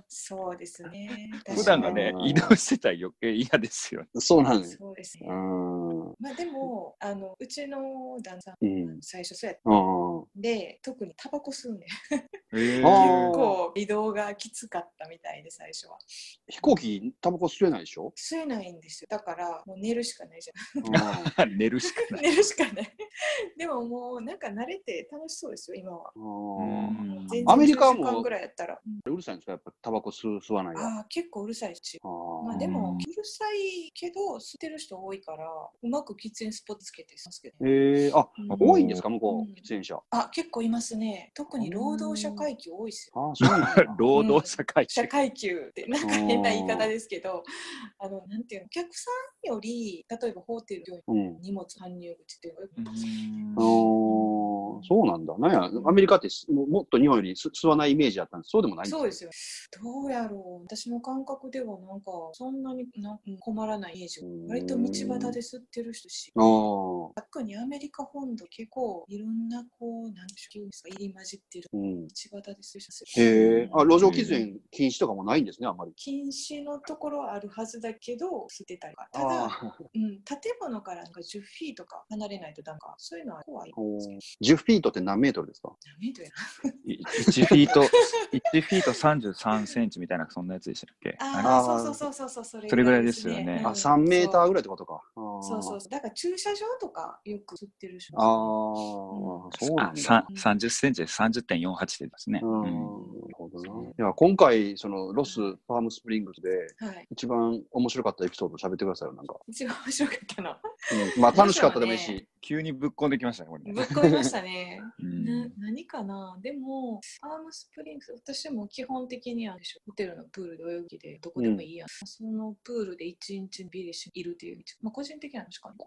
S1: すよ。
S3: そうですね。
S2: 普段がね
S1: う、ん
S2: 移動してたら余計嫌ですよね。
S1: そうな
S3: 確
S1: ん
S3: か
S1: で
S3: に
S1: す。
S3: そうです
S1: うー
S3: ね。
S1: ん。う
S3: まあでも、あの、うちの旦那さん、
S1: ん。
S3: 最初そうやっ
S1: うん。
S3: で特にタバコ吸うね
S1: あ
S2: 結
S1: ー
S3: こう移動がきつかったみたいで最初は
S1: 飛行機、タバコ吸えないでしょ
S3: 吸えないんですよだからもう寝るしかないじゃ
S1: うん
S2: 寝るしか
S3: な
S2: ないい。
S3: 寝るしかないでももうなんか慣れて楽しそうですよ今は
S1: うん
S3: 全
S1: アメリカは
S3: 10
S1: もう
S3: 時間ぐらいやったら、うん
S1: うるさいんですかやっぱタバコ吸う吸わないは。
S3: ああ結構うるさいし
S1: あ
S3: まあ
S1: ー
S3: で
S2: う
S3: も
S2: ん
S3: うるさいけど吸ってる人多いからうまく喫煙スポットつけてますけど、ね
S1: えー、あ、
S3: うん
S2: お
S1: 多いんですか向こ
S3: うん
S1: う、喫煙者。
S3: あ結構いますね特に労働者階級多いですよ
S1: あーそうなんだ
S2: 労働社会
S3: 社
S2: 主
S3: 会級ってなんか
S1: うん
S3: 変な言い方ですけどあのなんていうのお客さんより例えばホテルより
S1: うん。
S3: 荷物搬入口っていうのがよく
S1: あーそうなんだ。なんや、アメリカってすももっと日本よりす吸わないイメージだったんです。そうでもないん
S3: そうですすよどうやろう私の感覚ではなんかそんなになうん困らないイメージ
S1: うん
S3: 割と道端で吸ってる人し
S1: あー
S3: 特にアメリカ本土結構いろんなこうなんていうんですか入り混じってる
S1: うん。
S3: 道端で吸う人す
S1: へ
S3: る
S1: え。あ、路上喫煙禁止とかもないんですね、あんまり。
S3: 禁止のところはあるはずだけど吸ってたりとかただ
S1: ああ。
S3: うん、建物からなんか10フィートか離れないとなんかそういうのは怖い。
S1: おー10フィートって何メートルですか
S3: 何メートルや
S2: 義。1フィート、1フィート33センチみたいな、そんなやつでしたっけ
S3: なああ、
S1: あー
S3: そうそうそうそうそう、それ
S2: それぐらいですよね
S3: うん
S1: あ、3メーターぐらいってことか。
S3: そうそう
S1: あ
S3: そうそう。だから駐車場とかよく吸ってる人。
S1: あー。そうなんだ
S2: さ30センチで30.48って言いますね。
S1: うんな
S2: うん
S1: るほどな。いや、今回、その、ロス、パームスプリングスで、
S3: はい。
S1: 一番面白かったエピソード喋ってくださいよ、なんか。
S3: 一番面白かったの。
S1: うんまあ、楽しかったでもいい
S3: そうだ
S1: し。
S2: 急にぶっこんできましたね、これね
S3: ぶっ込みましたね。
S2: うん
S3: な何かなでも、パームスプリングス、私も基本的にはあれでしょホテルのプールで泳ぎでどこでもいいやん。そのプールで一日ビリシいるっていう、まあ、個人的なのしかない。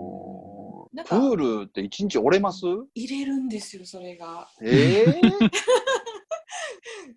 S1: お
S3: なん
S1: ープ
S3: か
S1: ールって一日折れます
S3: 入れるんですよ、それが。
S1: ええ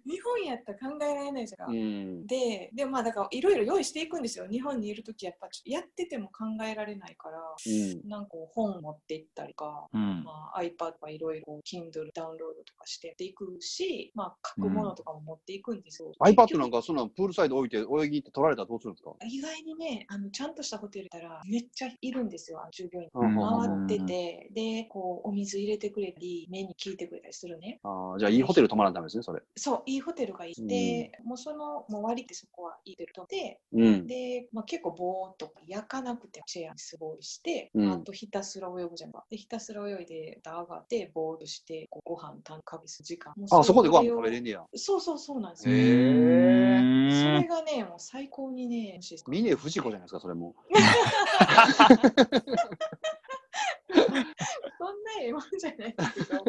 S3: 日本やったら考えられないじゃん。
S1: うん。
S3: で、でまあだからいろいろ用意していくんですよ。日本にいるときやっぱちょっとやってても考えられないから、
S1: うん
S3: なんかこう本持って行ったりか、
S2: うん
S3: まあ、iPad とかいろいろ Kindle ダウンロードとかしてやっていくし、まあ、書くものとかも持っていくんですよ。
S1: iPad なんかそんなんプールサイド置いて泳ぎって取られたらどうするんですか
S3: 意外にねあの、ちゃんとしたホテルだったらめっちゃいるんですよ、あの従業員。
S2: うん
S3: 回ってて、で、こう、お水入れてくれたり、目に聞いてくれたりするね。
S1: あーじゃあいいホテル泊まらないとダメですね、それ。
S3: そう、いいホテルがいて、もうその、もう割ってそこはいいホテルとで、
S1: うん。
S3: で、まあ、結構棒とか焼かなくてもシェアにすごいして、
S1: うん
S3: あとひたすら泳ぐじゃんか。で、ひたすら泳いで、上がって、ぼーっとして、こうご飯単価す時間。もう
S1: あ、そこでご飯
S3: を
S1: 食べれんねや。
S3: そうそうそうなんです
S1: へ
S3: よ。
S1: え
S3: それ
S2: ー
S3: がね、もう最高にね、美味しいです
S1: 峰不二子じゃないですか、それも。
S3: そんなええもんじゃないけ ど。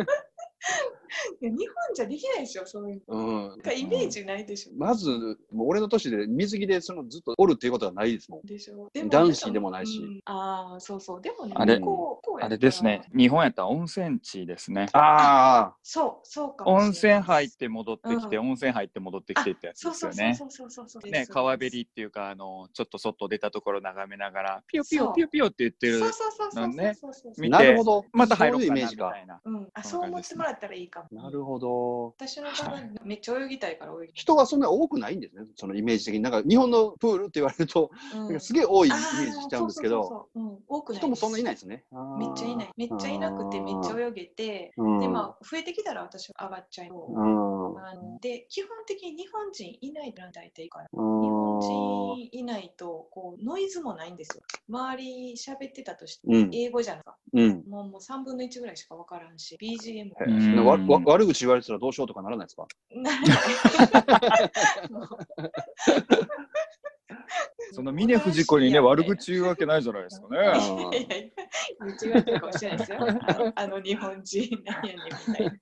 S3: いや日本じゃできないでしょ、そういうの。
S1: うん
S3: なんかイメージないでしょ。
S1: まず、もう俺の年で水着でそのずっとおるっていうことはないですもん。
S3: でしょ
S1: 男子でもないし
S3: うんああ、そうそう。でもね、
S2: あれ
S3: こうこうや
S2: あ
S3: っ
S2: れ
S3: たら
S2: ですね、日本やったら温泉地ですね。
S1: あ
S3: そう、そうかもしれない
S2: 温泉入って戻ってきて、
S3: う
S2: 温泉入って戻ってきてってやつ
S3: そ
S2: で
S3: う
S2: すよ
S3: そうそう
S2: ね。
S3: そうそうそうそうです。
S2: ね、川べり
S3: っ
S2: っていうか、あの、ちょっと外出たところ眺めながら、ピヨピ
S3: そ
S2: ヨ
S3: う
S2: ピヨピヨって言って
S3: て
S2: る
S3: そう、そうそうそう
S2: のね
S3: そうそうそう
S1: あ、
S2: 見
S1: な
S2: て
S1: るほど。
S2: また入ろ
S1: そうういうイ
S2: かな
S1: メ
S2: み
S1: ー
S2: た
S1: ジか。
S2: いな。
S3: うん、あそう思ってもらったらいいかも。
S1: なるほど。
S3: 私の場合
S2: は
S3: めっちゃ泳ぎたいから泳ぎ
S1: 人がそんなに多くないんですね、そのイメージ的に。なんか日本のプールって言われると、
S3: うん
S1: なんかすげえ多いイメ
S3: あ
S1: ージしちゃうんですけ
S3: そう
S1: ど、
S3: そうそうそううん、多くない
S1: 人もそんない
S3: い
S1: ないですね。
S3: めっちゃいない。めっちゃいなくてめっちゃ泳げて、
S1: うん
S3: でまあ増えてきたら私は上がっちゃう。
S1: うん
S3: あので基本的に日本人いない団体っていいから。
S1: うん
S3: 日本人いないとこうノイズもないんですよ。周り喋ってたとして
S1: うん
S3: 英語じゃないか。
S1: うん
S3: もうもう3分の1ぐらいしか分からんし、BGM も
S1: へ
S2: う
S1: え
S2: ん
S1: わわ悪口言われてたらどうしようとかならないですか
S3: な
S2: その峰不二子にね、悪口言うわけないじゃないですか
S3: いや
S2: ね。
S3: いやいや言っちゃうかもしれないですよ。あのあの日本人なんやねんみたいな。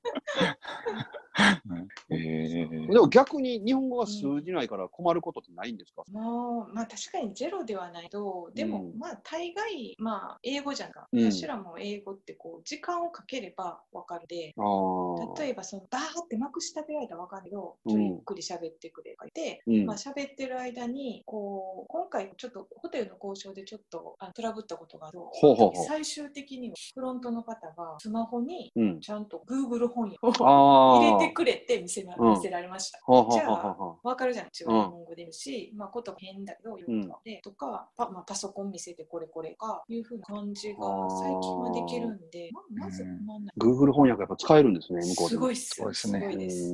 S2: ええ
S1: でも逆に日本語が通じないから困ることってないんですか、
S3: もうまあ確かにゼロではないと、でも、
S1: うん
S3: まあ大概、まあ英語じゃんか。
S1: うん
S3: 私らも英語ってこう時間をかければわかるで、
S1: あ
S3: 例えばそのバーってまくし立てられたらわかるけど、
S1: うん
S3: ちょっとゆっくり喋ってくれとか言って、
S1: うん
S3: まあ喋ってる間に、こう、今回ちょっとホテルの交渉でちょっとあトラブったことがあると
S1: ほうほうほう
S3: 最終的にはフロントの方がスマホに
S1: ー。うん。
S3: ちゃんと Google 翻訳を
S1: あ
S3: 入れて
S1: く
S3: くれって見せな
S1: うん
S3: 見せられました。
S1: はあは
S3: じ
S1: あ
S3: ゃあ
S1: はあは
S3: わかるじゃん、違う日
S1: うん
S3: 本語でるし、まあ、こと変だけど、言うとかで、とか、パまあ、パソコン見せてこれこれとか、いうふうな感じが最近はできるんで、まあ、まず
S2: うん
S3: 困んない。
S1: あ。Google 翻訳やっぱ使えるんですね、向こうです
S3: ご
S1: い
S3: いっす
S2: そう
S3: よ。
S2: ですね
S3: ごいです。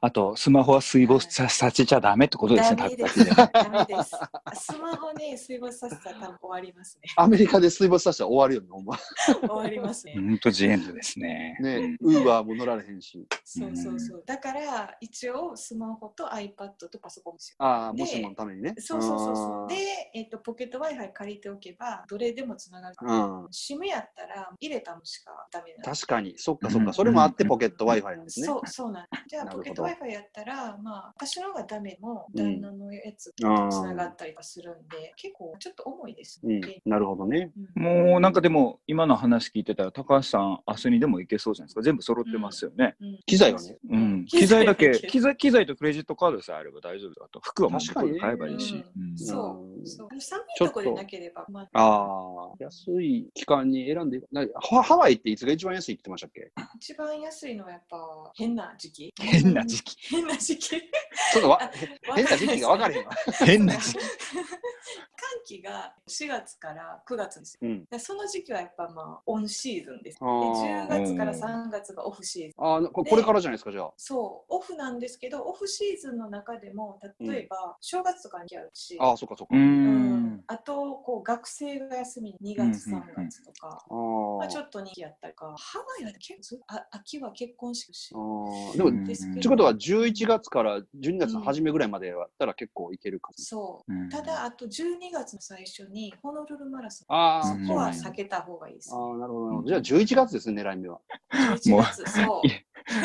S2: あと、スマホは水没ささせちゃダメってことですね、
S3: ダ
S2: た
S3: メで
S2: った
S3: す。
S2: きでね
S3: ダメです。スマホね、水没させたら多分終わります ね。
S1: アメリカで水没させたら終わるよね、ほんま。
S3: 終わりますね
S2: ほ。んと、ジエンドですね。
S1: ねウーバーも乗られへんし。
S3: そうそうそう。だから、一応、スマホと iPad とパソコンですよ。
S1: ああ、
S3: で
S1: もしものためにね。
S3: そうそうそうそう。
S1: あー
S3: で、えっと、ポケット Wi-Fi 借りておけば、どれでもつながる。
S1: うん。
S3: SIM やったら、入れたのしかダメなんで
S1: 確かに、そっかそっか、それもあってポケット Wi-Fi なんですね。
S3: そう、そうなんです。じゃあ、
S1: なる
S3: ポ
S1: ほ
S3: ケ
S1: ど
S3: ット Wi-Fi やったら、まあ、私の方がダメも、
S1: うん
S3: 旦那のやつと
S1: あー
S3: つながったりとかするんで、結構ちょっと重いです
S1: う
S3: ね。
S1: ん、なるほどね。
S3: うん
S2: もうなんかでも、今の話聞いてたら、高橋さん、明日にでも行けそうじゃないですか。全部揃ってますよね。
S3: うん
S1: 機材はね
S2: うん。機材だけ、
S3: 機
S2: 機材、機材とクレジットカードさえあれば大丈夫だと。服はもう
S1: 確
S2: 向
S1: か
S2: こ
S1: に
S2: うで買えばいいし。
S3: うん
S2: うん
S3: そう。そう寒い
S1: ちょっ
S3: と
S1: と
S3: こでなければ、まあ、
S1: ああ、安い期間に選んでいくなハ、ハワイっていつが一番安いって言ってましたっけ
S3: 一番安いのはやっぱ変な時期。
S2: 変な時期。
S3: 変な時期。
S1: ちょっとわ
S3: あ
S1: 変な時期が分かれへんわ。
S2: 変な時期。
S3: 期。寒気が4月から9月ですよ。
S1: うん。
S3: でその時期はやっぱまあオンシーズンです。で
S1: あー
S3: 10月から3月がオフシーズン。
S1: あーここれからじゃないですか、じゃあ。
S3: そう、オフなんですけど、オフシーズンの中でも、例えば、正月とかにあるし、
S1: ああ、そっかそっか。
S2: うー
S3: うん
S2: うん
S3: あとこう学生が休み2月
S2: うんうん
S3: 3
S2: うん
S3: 月とか、
S1: あ
S3: まあ、
S1: ー
S3: ちょっとにやったりとかハワイは結構ずあ秋は結婚式し
S1: あーでも、
S2: う
S1: っ
S2: ん
S3: ですけど
S1: てことは11月から12月の初めぐらいまでやったら結構いけるかも。
S3: そうう、
S2: ん
S3: ただあと12月の最初にホノルルマラソン
S1: ああ、
S3: そこは
S1: あ
S3: 避けた方がいいです、
S1: あー、なるほどなるほど。じゃあ11月ですね、狙い目は。
S3: 11月そう
S2: い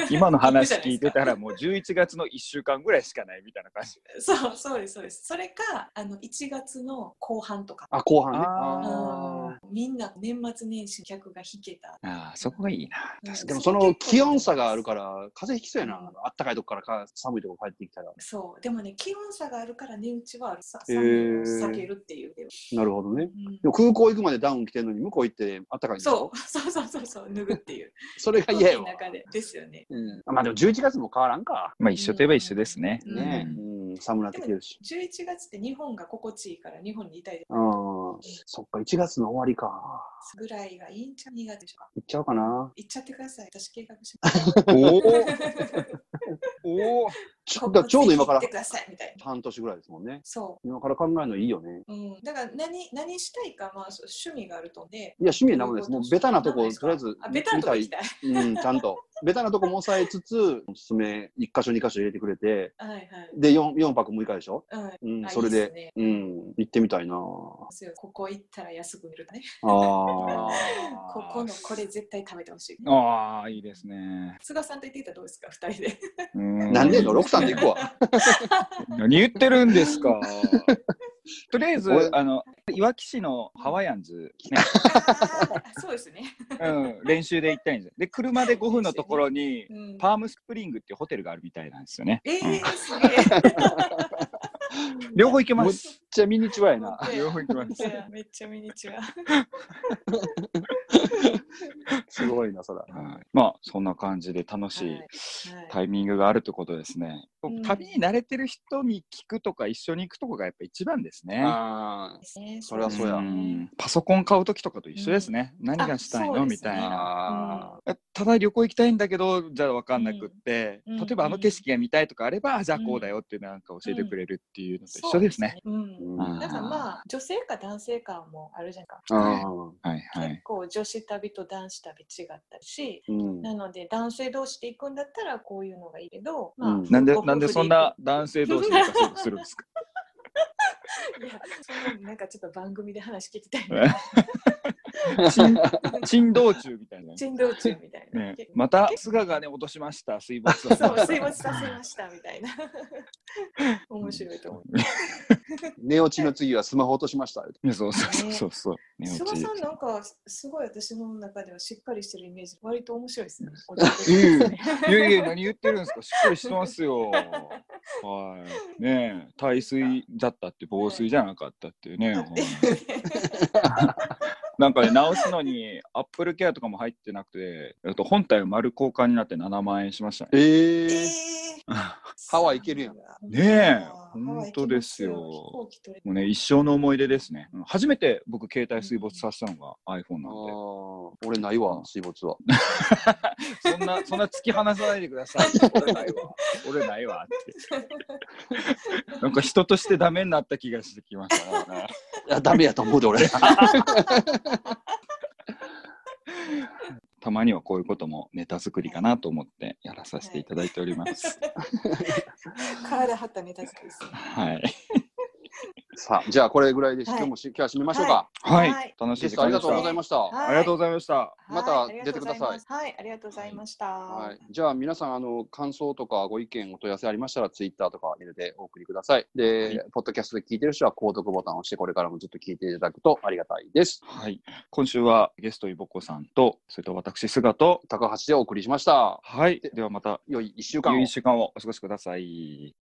S2: 今の話聞 いてたらもう11月の1週間ぐらいしかないみたいな感じ。
S3: そうそうですそうですそれかあの1月の後半とか
S1: あ、後半ね。
S2: あ
S1: あ
S3: うんみんな年末年始客が引けた、
S2: ああ、そこがいいな。
S3: う
S1: ー
S3: ん
S1: でもその気温差がある
S3: ら
S1: から、風邪ひきそうやな
S3: うん。
S1: あったかいとこからか寒いとこ帰ってきたら。
S3: そうでもね気温差があるから値打ちはあるさ
S1: へー
S3: 寒いを避けるっていう、
S1: なるほどね。
S3: うん
S1: でも空港行くまでダウン着てるのに、向こう行ってあったかいんでしょ
S3: そう そうそうそうそう脱ぐっ ていう
S1: それが嫌よ
S3: 空。気の中でですよね
S1: うん、まあでも11月も変わらんか。
S2: まあ一緒といえば一緒ですね。
S1: ね、
S2: うん
S1: うん、寒なってきてるし。
S3: 11月って日本が心地いいから日本にいたいで
S1: ああ、そっか、1月の終わりか。
S3: すぐらいがいいんちゃう2月でしょうか
S1: 行っちゃうかな。
S3: 行っちゃってください私計画します
S2: お おお
S1: ちょだからちょうど今から
S3: ここぜひ行ってくださいみたいな
S1: 半年ぐらいですもんね。
S3: そ
S1: 今から考えるのいいよね。
S3: う、うん、だから何何したいかまあそう趣味があると思うんで
S1: いや、趣味はなくないです。もうベタなとこ、とりあえず
S3: あ
S1: 見
S3: ベタなとこ行き
S1: た
S3: たい
S1: い。うん、ちゃんと。ベタなとこも抑えつつ、おすすめ1箇所2箇所入れてくれて、
S3: はいはい
S1: で4、4泊6日でしょ
S3: うん
S1: うん、
S3: あ
S1: それで
S3: いいっすね
S1: うん、行ってみたいな
S3: そうここ行ったら安く見るとね
S1: ああ。
S3: ここのこれ絶対食べてほしい。
S2: ああ、いいですね。
S3: 菅さんと言ってきたらどうですか、二人で。
S1: 何
S2: 何
S1: 年の ?6 さんで行くわ。
S2: 何言ってるんです か。とりあえず
S1: おい、
S2: あの、いわき市のハワイアンズ、ね、
S3: あ そうですね。
S2: うん、練習で行ったいんですよ。で、車で5分のとこ ろに、
S3: うん、
S2: パームスプリングっていうホテルがあるみたいなんですよね。
S3: えー、すげ え。
S2: 両方行けま
S1: めっ
S2: す。
S1: ちゃミニチュアやな。
S2: 両方行きま
S3: じゃあめっちゃミニチュア。
S1: すごいな、そら。
S2: はいまあ、そんな感じで楽しい
S3: は
S2: タイミングがあるってことですね。
S3: うん
S2: 旅に慣れてる人に聞くとか、一緒に行くとこがやっぱ一番ですね。
S1: あ
S3: い。
S1: そりゃそうや
S2: んパソコン買うときとかと一緒ですね。何がしたいの、
S3: あそうで
S2: み
S3: すね
S2: たいな。
S1: あ
S2: ただ旅行行きたいんだけど、じゃあ分かんなくって、
S3: うん
S2: 例えばあの景色が見たいとかあれば、あじゃあこうだよっていうなんか教えてくれるっていうのと一緒ですね。。
S3: う
S1: ー
S3: ん。
S1: うん
S3: だからまあ女性か男性かもあるじゃんか。
S1: あ
S2: はいはい
S3: 結。構女子旅と男子旅違ったりし。
S1: ー。うん
S3: なので男性同士で行くんだったらこういうのがいいけど、まあ、
S1: うん
S2: なんで、
S3: ご夫婦
S2: なんでそんな男性同士で行かそうとするんですか
S3: いや、そんななんかちょっと番組で話聞きたい
S2: え
S3: な。
S2: 珍道中みたいな。
S3: 珍道中みたいな。
S2: ね、また、菅がね、落としました、水没させ
S3: そ
S2: ま
S3: う、
S2: し
S3: 水没
S2: た。
S3: させましたみたいな。面白いと思う。
S1: 寝落ちの次はスマホ落としました。
S2: ねそうそうそうそう。ね
S3: 菅
S2: うち
S3: さんなんかすごい私の中ではしっかりしてるイメージ、割と面白いですね。
S2: いやいや、何言ってるんですか、しっかりしてます よ。はい。ねえ、耐水だったって、防水じゃなかったっていうね。ほんなんかね、直すのに、アップルケアとかも入ってなくて、えっと、本体を丸交換になって7万円しましたね。
S1: え
S3: え
S1: え。 ハワイ行けるやん。
S2: ねえ本当ですよもうね、一生の思い出ですね。うん初めて僕、携帯水没させたのが iPhone
S1: ああ
S2: なんで。
S1: 俺ないわ、水没は。
S2: そんな、そんな突き放さないでくださ い。俺ないわ。俺ないわって。なんか人としてダメになった気がしてきました、ね。
S1: いや、ダメやと思うで、 俺。
S2: たまにはこういうこともネタ作りかなと思ってやらさせていただいております。
S3: 体張ったネタ好きです。
S2: はい。
S1: さあ、じゃあこれぐらいで、
S3: はい
S1: 今日もし今日は締めましょうか。
S2: はい。
S3: はい
S2: 楽しい
S1: ゲ
S2: 時
S1: ストあ
S2: 間
S1: り
S2: で
S1: が
S2: し
S1: と
S2: た。
S1: うございました。
S3: は
S2: ありがとうございました。
S1: また出てください
S3: はいはい、ありがとうございました。
S1: は、
S3: はい
S1: じゃあ皆さんあの感想とかご意見お問い合わせありましたらツイッターとかメールでお送りください。で、ポッドキャストで聞いてる人は購読ボタンを押してこれからもずっと聞いていただくとありがたいです。
S2: はい。今週はゲストいぼこさんと、それと私、菅と、
S1: 高橋でお送りしました。
S2: はい。ではまた、
S1: 良い一週間を
S2: 良い。一週間をお過ごしください。